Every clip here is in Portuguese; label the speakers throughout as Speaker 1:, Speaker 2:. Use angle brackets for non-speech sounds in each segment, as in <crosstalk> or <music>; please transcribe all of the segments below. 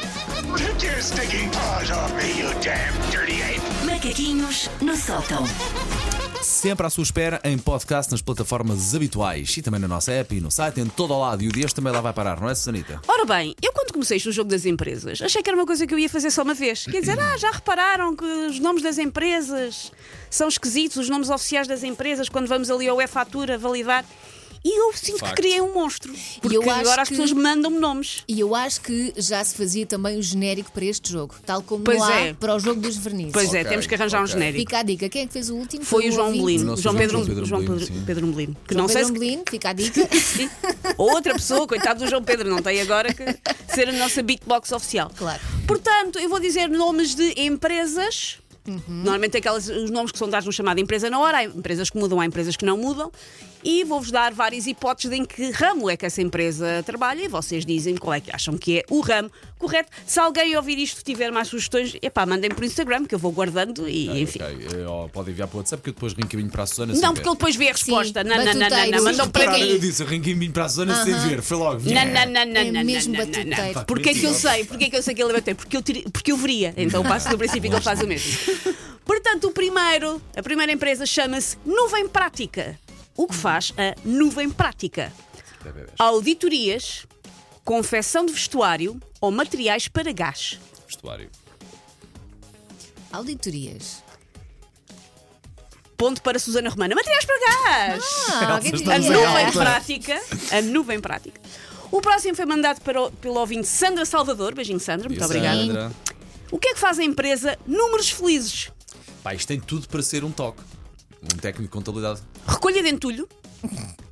Speaker 1: Take your stinking paws off me, you damn dirty ape!
Speaker 2: Macaquinhos no sótão.
Speaker 3: Sempre à sua espera em podcast nas plataformas habituais e também na nossa app e no site, em todo o lado. E o Dias também lá vai parar, não é, Susanita?
Speaker 4: Ora bem, eu quando comecei no jogo das empresas, achei que era uma coisa que eu ia fazer só uma vez. Quer dizer, ah, já repararam que os nomes das empresas são esquisitos, os nomes oficiais das empresas, quando vamos ali ao E-Fatura validar. E eu sinto que criei um monstro. Porque
Speaker 5: eu acho
Speaker 4: agora as
Speaker 5: que-
Speaker 4: pessoas mandam-me nomes.
Speaker 5: E eu acho que já se fazia também o genérico para este jogo, tal como
Speaker 4: Pois
Speaker 5: não há
Speaker 4: é.
Speaker 5: para o jogo dos vernizes.
Speaker 4: Pois é,
Speaker 3: Ok,
Speaker 4: temos que arranjar um
Speaker 3: ok.
Speaker 4: genérico.
Speaker 5: Fica a dica. Quem é que fez o último?
Speaker 4: Foi o
Speaker 5: um
Speaker 4: João
Speaker 5: ouvinte.
Speaker 4: Molino.
Speaker 3: nosso
Speaker 4: João
Speaker 3: é João
Speaker 4: Pedro,
Speaker 3: Pedro
Speaker 4: João
Speaker 3: Molino,
Speaker 4: Pedro,
Speaker 3: sim.
Speaker 4: Pedro Molino. Que
Speaker 5: João
Speaker 4: não sei
Speaker 5: Pedro
Speaker 4: se.
Speaker 5: Molino, fica
Speaker 4: <laughs>
Speaker 5: a dica.
Speaker 4: Sim. Outra pessoa, coitado do João Pedro, não tem agora que ser a nossa beatbox oficial.
Speaker 5: Claro.
Speaker 4: Portanto, eu vou dizer nomes de empresas.
Speaker 5: Uhum.
Speaker 4: Normalmente aquelas, os nomes que são dados no chamado empresa na hora, há empresas que mudam, há empresas que não mudam, e vou-vos dar várias hipóteses de em que ramo é que essa empresa trabalha e vocês dizem qual é que acham que é o ramo correto. Se alguém ouvir isto tiver mais sugestões, epá, mandem por Instagram que eu vou guardando e enfim.
Speaker 3: Ok, eh, ou pode enviar para o WhatsApp que eu depois rincaminho para a Susana sem
Speaker 4: Não, porque
Speaker 3: ver.
Speaker 4: ele depois vê a resposta. Não, não, não, não, não,
Speaker 5: batuteiro.
Speaker 4: mandam para
Speaker 3: Caralho, eu
Speaker 4: mim.
Speaker 3: disse rincaminho para a Susana sem ver, foi logo.
Speaker 4: Não, não, não, não,
Speaker 5: É
Speaker 4: não,
Speaker 5: mesmo
Speaker 4: não, não, não.
Speaker 5: batuteiro.
Speaker 4: Porquê é que eu sei? Porquê é que eu sei que ele é batuteiro? Porque eu, tiri- porque eu veria. Então passo do princípio que ele faz o
Speaker 5: <laughs>
Speaker 4: mesmo. Portanto, o primeiro, a primeira empresa chama-se Nuvem Prática. O que faz a Nuvem Prática? Auditorias, confecção de vestuário ou materiais para gás.
Speaker 3: Vestuário.
Speaker 5: Auditorias.
Speaker 4: Ponto para Susana Romana. Materiais para gás!
Speaker 5: Ah, alguém
Speaker 3: vocês
Speaker 4: A
Speaker 3: estão
Speaker 5: diria.
Speaker 4: nuvem
Speaker 3: alta.
Speaker 4: prática. A nuvem prática. O próximo foi mandado para o- pelo ouvinte Sandra Salvador. Beijinho, Sandra. Muito
Speaker 3: Isso, é.
Speaker 4: obrigada.
Speaker 3: Sandra.
Speaker 4: O que é que faz a empresa Números Felizes?
Speaker 3: Pá, isto tem tudo para ser um toque. Um técnico de contabilidade.
Speaker 4: Recolha de entulho,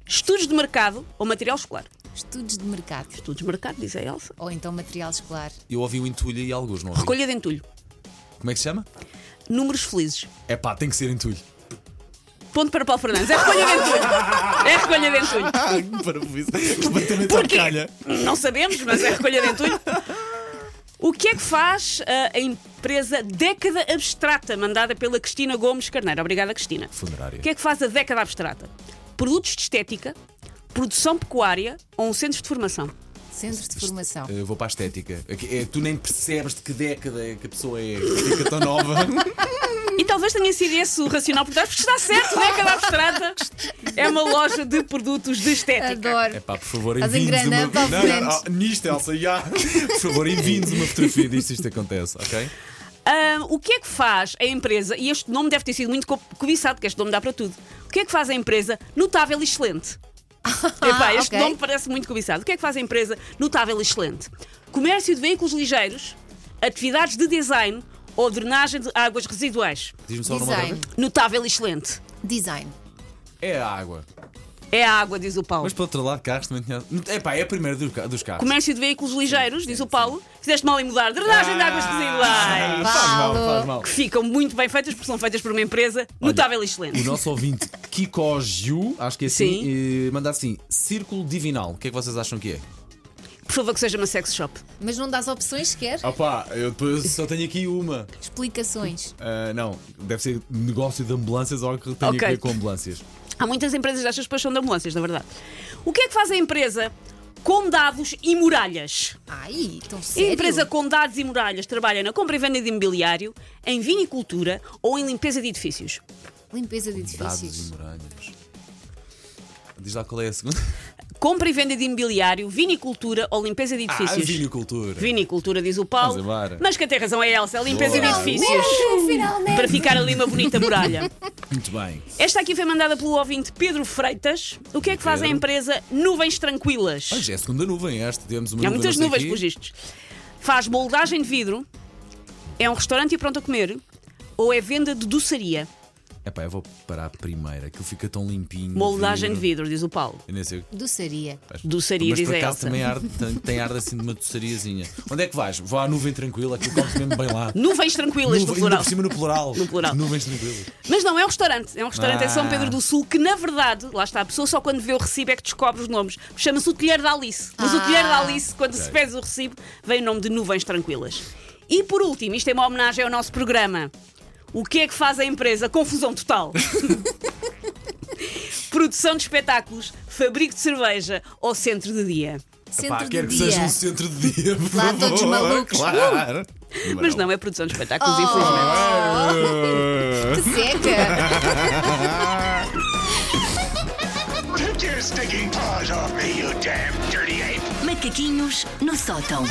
Speaker 4: estudos de mercado ou material escolar?
Speaker 5: Estudos de mercado.
Speaker 4: Estudos de mercado, diz a Elsa.
Speaker 5: Ou então material escolar.
Speaker 3: Eu ouvi um entulho e alguns, não ouvi.
Speaker 4: Recolha de entulho,
Speaker 3: Como é que se chama?
Speaker 4: Números Felizes.
Speaker 3: É pá, tem que ser entulho.
Speaker 4: Ponto para Paulo Fernandes. É recolha de entulho. É recolha de entulho.
Speaker 3: Ah, que <laughs> parafuso. Completamente
Speaker 4: Porquê? Não sabemos, mas é recolha de entulho. O que é que faz ah, a empresa Década Abstrata, mandada pela Cristina Gomes Carneiro? Obrigada, Cristina.
Speaker 3: Funerária.
Speaker 4: O que é que faz a Década Abstrata? Produtos de estética, produção pecuária ou um centro de formação?
Speaker 5: Centros de formação.
Speaker 3: Eu vou para a estética. É que- é, tu nem percebes de que década é que a pessoa é. Fica tão
Speaker 5: <laughs>
Speaker 3: nova.
Speaker 4: E talvez tenha sido esse o racional por trás, porque está certo, Década Abstrata é uma loja de produtos de estética.
Speaker 3: É
Speaker 5: Adoro.
Speaker 3: pá, por favor,
Speaker 5: Fazem
Speaker 3: enviem-nos
Speaker 5: grana,
Speaker 3: uma.
Speaker 5: Paulo Fernandes.
Speaker 3: ah, nisto, Elsa, já. Por favor, enviem-nos uma fotografia disto, isto acontece, ok?
Speaker 4: Ah, o que é que faz a empresa, e este nome deve ter sido muito co- cobiçado, porque este nome dá para tudo. O que é que faz a empresa notável e excelente? Epá, este
Speaker 5: ok.
Speaker 4: nome parece muito cobiçado. O que é que faz a empresa notável e excelente? Comércio de veículos ligeiros, atividades de design ou drenagem de águas residuais.
Speaker 3: Diz-me só o nome outra
Speaker 5: Design.
Speaker 3: vez.
Speaker 4: Notável e excelente.
Speaker 5: Design.
Speaker 3: É a água.
Speaker 4: É a água, diz o Paulo.
Speaker 3: Mas por outro lado, carros também tinha. É pá, é a primeira do ca- dos carros.
Speaker 5: é
Speaker 4: Comércio de veículos ligeiros, diz o Paulo. Fizeste mal em mudar. Drenagem de águas
Speaker 3: Ah,
Speaker 4: residuais.
Speaker 3: faz mal,
Speaker 5: Paulo.
Speaker 3: faz mal.
Speaker 4: Que ficam muito bem feitas porque são feitas por uma empresa notável e excelente.
Speaker 3: O nosso ouvinte Kiko Giu, acho que é assim, eh, manda assim: Círculo Divinal. O que é que vocês acham que é?
Speaker 4: Por favor, que seja uma sex shop.
Speaker 5: Mas não das opções sequer?
Speaker 3: Opá, eu depois só tenho aqui uma.
Speaker 5: Explicações.
Speaker 3: Ah, não, deve ser negócio de ambulâncias ou algo que tenha
Speaker 4: Ok.
Speaker 3: a ver com ambulâncias.
Speaker 4: Há muitas empresas destas que são de ambulâncias, na verdade. O que é que faz a empresa com dados e muralhas?
Speaker 5: Ai, tão
Speaker 4: A
Speaker 5: sério.
Speaker 4: empresa com dados e muralhas trabalha na compra e venda de imobiliário, em vinicultura ou em limpeza de edifícios.
Speaker 5: Limpeza de
Speaker 3: Dados e
Speaker 5: edifícios.
Speaker 3: muralhas. Diz lá qual é a segunda.
Speaker 4: Compra e venda de imobiliário, vinicultura ou limpeza de
Speaker 3: Ah,
Speaker 4: edifícios.
Speaker 3: vinicultura.
Speaker 4: Vinicultura, diz o Paulo.
Speaker 3: Vamos embora.
Speaker 4: Mas quem tem razão é a Elsa, é limpeza
Speaker 3: Boa.
Speaker 4: de edifícios.
Speaker 5: Finalmente.
Speaker 4: Para ficar ali uma bonita muralha.
Speaker 3: Muito bem.
Speaker 4: Esta aqui foi mandada pelo ouvinte Pedro Freitas. O que é que faz a
Speaker 3: Pedro.
Speaker 4: empresa Nuvens Tranquilas?
Speaker 3: Hoje é a segunda nuvem esta. Temos uma
Speaker 4: Há
Speaker 3: nuvem,
Speaker 4: muitas
Speaker 3: não sei
Speaker 4: nuvens,
Speaker 3: quê.
Speaker 4: pelos vistos. Faz moldagem de vidro, é um restaurante e pronto a comer, ou é venda de doçaria?
Speaker 3: Epá, eu vou para a primeira, que fica tão limpinho.
Speaker 4: Moldagem de vidro, diz o Paulo.
Speaker 3: Eu nem sei.
Speaker 5: Doçaria.
Speaker 4: Doçaria,
Speaker 3: Mas
Speaker 4: diz
Speaker 3: por
Speaker 4: a
Speaker 3: acaso
Speaker 4: Elsa.
Speaker 3: também arde- tem, tem ar assim de uma doçariazinha. Onde é que vais? Vou à nuvem tranquila, que eu como mesmo bem lá.
Speaker 4: Nuvens tranquilas,
Speaker 3: Nuvem-
Speaker 4: no
Speaker 3: ainda
Speaker 4: plural.
Speaker 3: por cima no plural.
Speaker 4: No plural.
Speaker 3: Nuvens tranquilas.
Speaker 4: Mas não, é um restaurante. É um restaurante em São
Speaker 3: Ah.
Speaker 4: Pedro do Sul que, na verdade, lá está, a pessoa só quando vê o recibo é que descobre os nomes. Chama-se o Telheiro da Alice. Mas o
Speaker 5: Ah.
Speaker 4: Telheiro da Alice, quando se
Speaker 3: Ok.
Speaker 4: pede o recibo, vem o nome de Nuvens Tranquilas. E por último, isto é uma homenagem ao nosso programa. O que é que faz a empresa? Confusão total. Produção de espetáculos, fabrico de cerveja ou centro de dia.
Speaker 5: Centro de
Speaker 3: quero que
Speaker 5: dia.
Speaker 3: seja um centro de dia, por
Speaker 5: Lá
Speaker 3: favor.
Speaker 5: todos malucos.
Speaker 3: Claro.
Speaker 4: Mas não é produção de espetáculos, infelizmente.
Speaker 3: Euh, um
Speaker 5: Que
Speaker 3: <laughs>
Speaker 5: seca!
Speaker 1: Take your stinking paws off me, you damn dirty ape!
Speaker 2: Macaquinhos no sótão.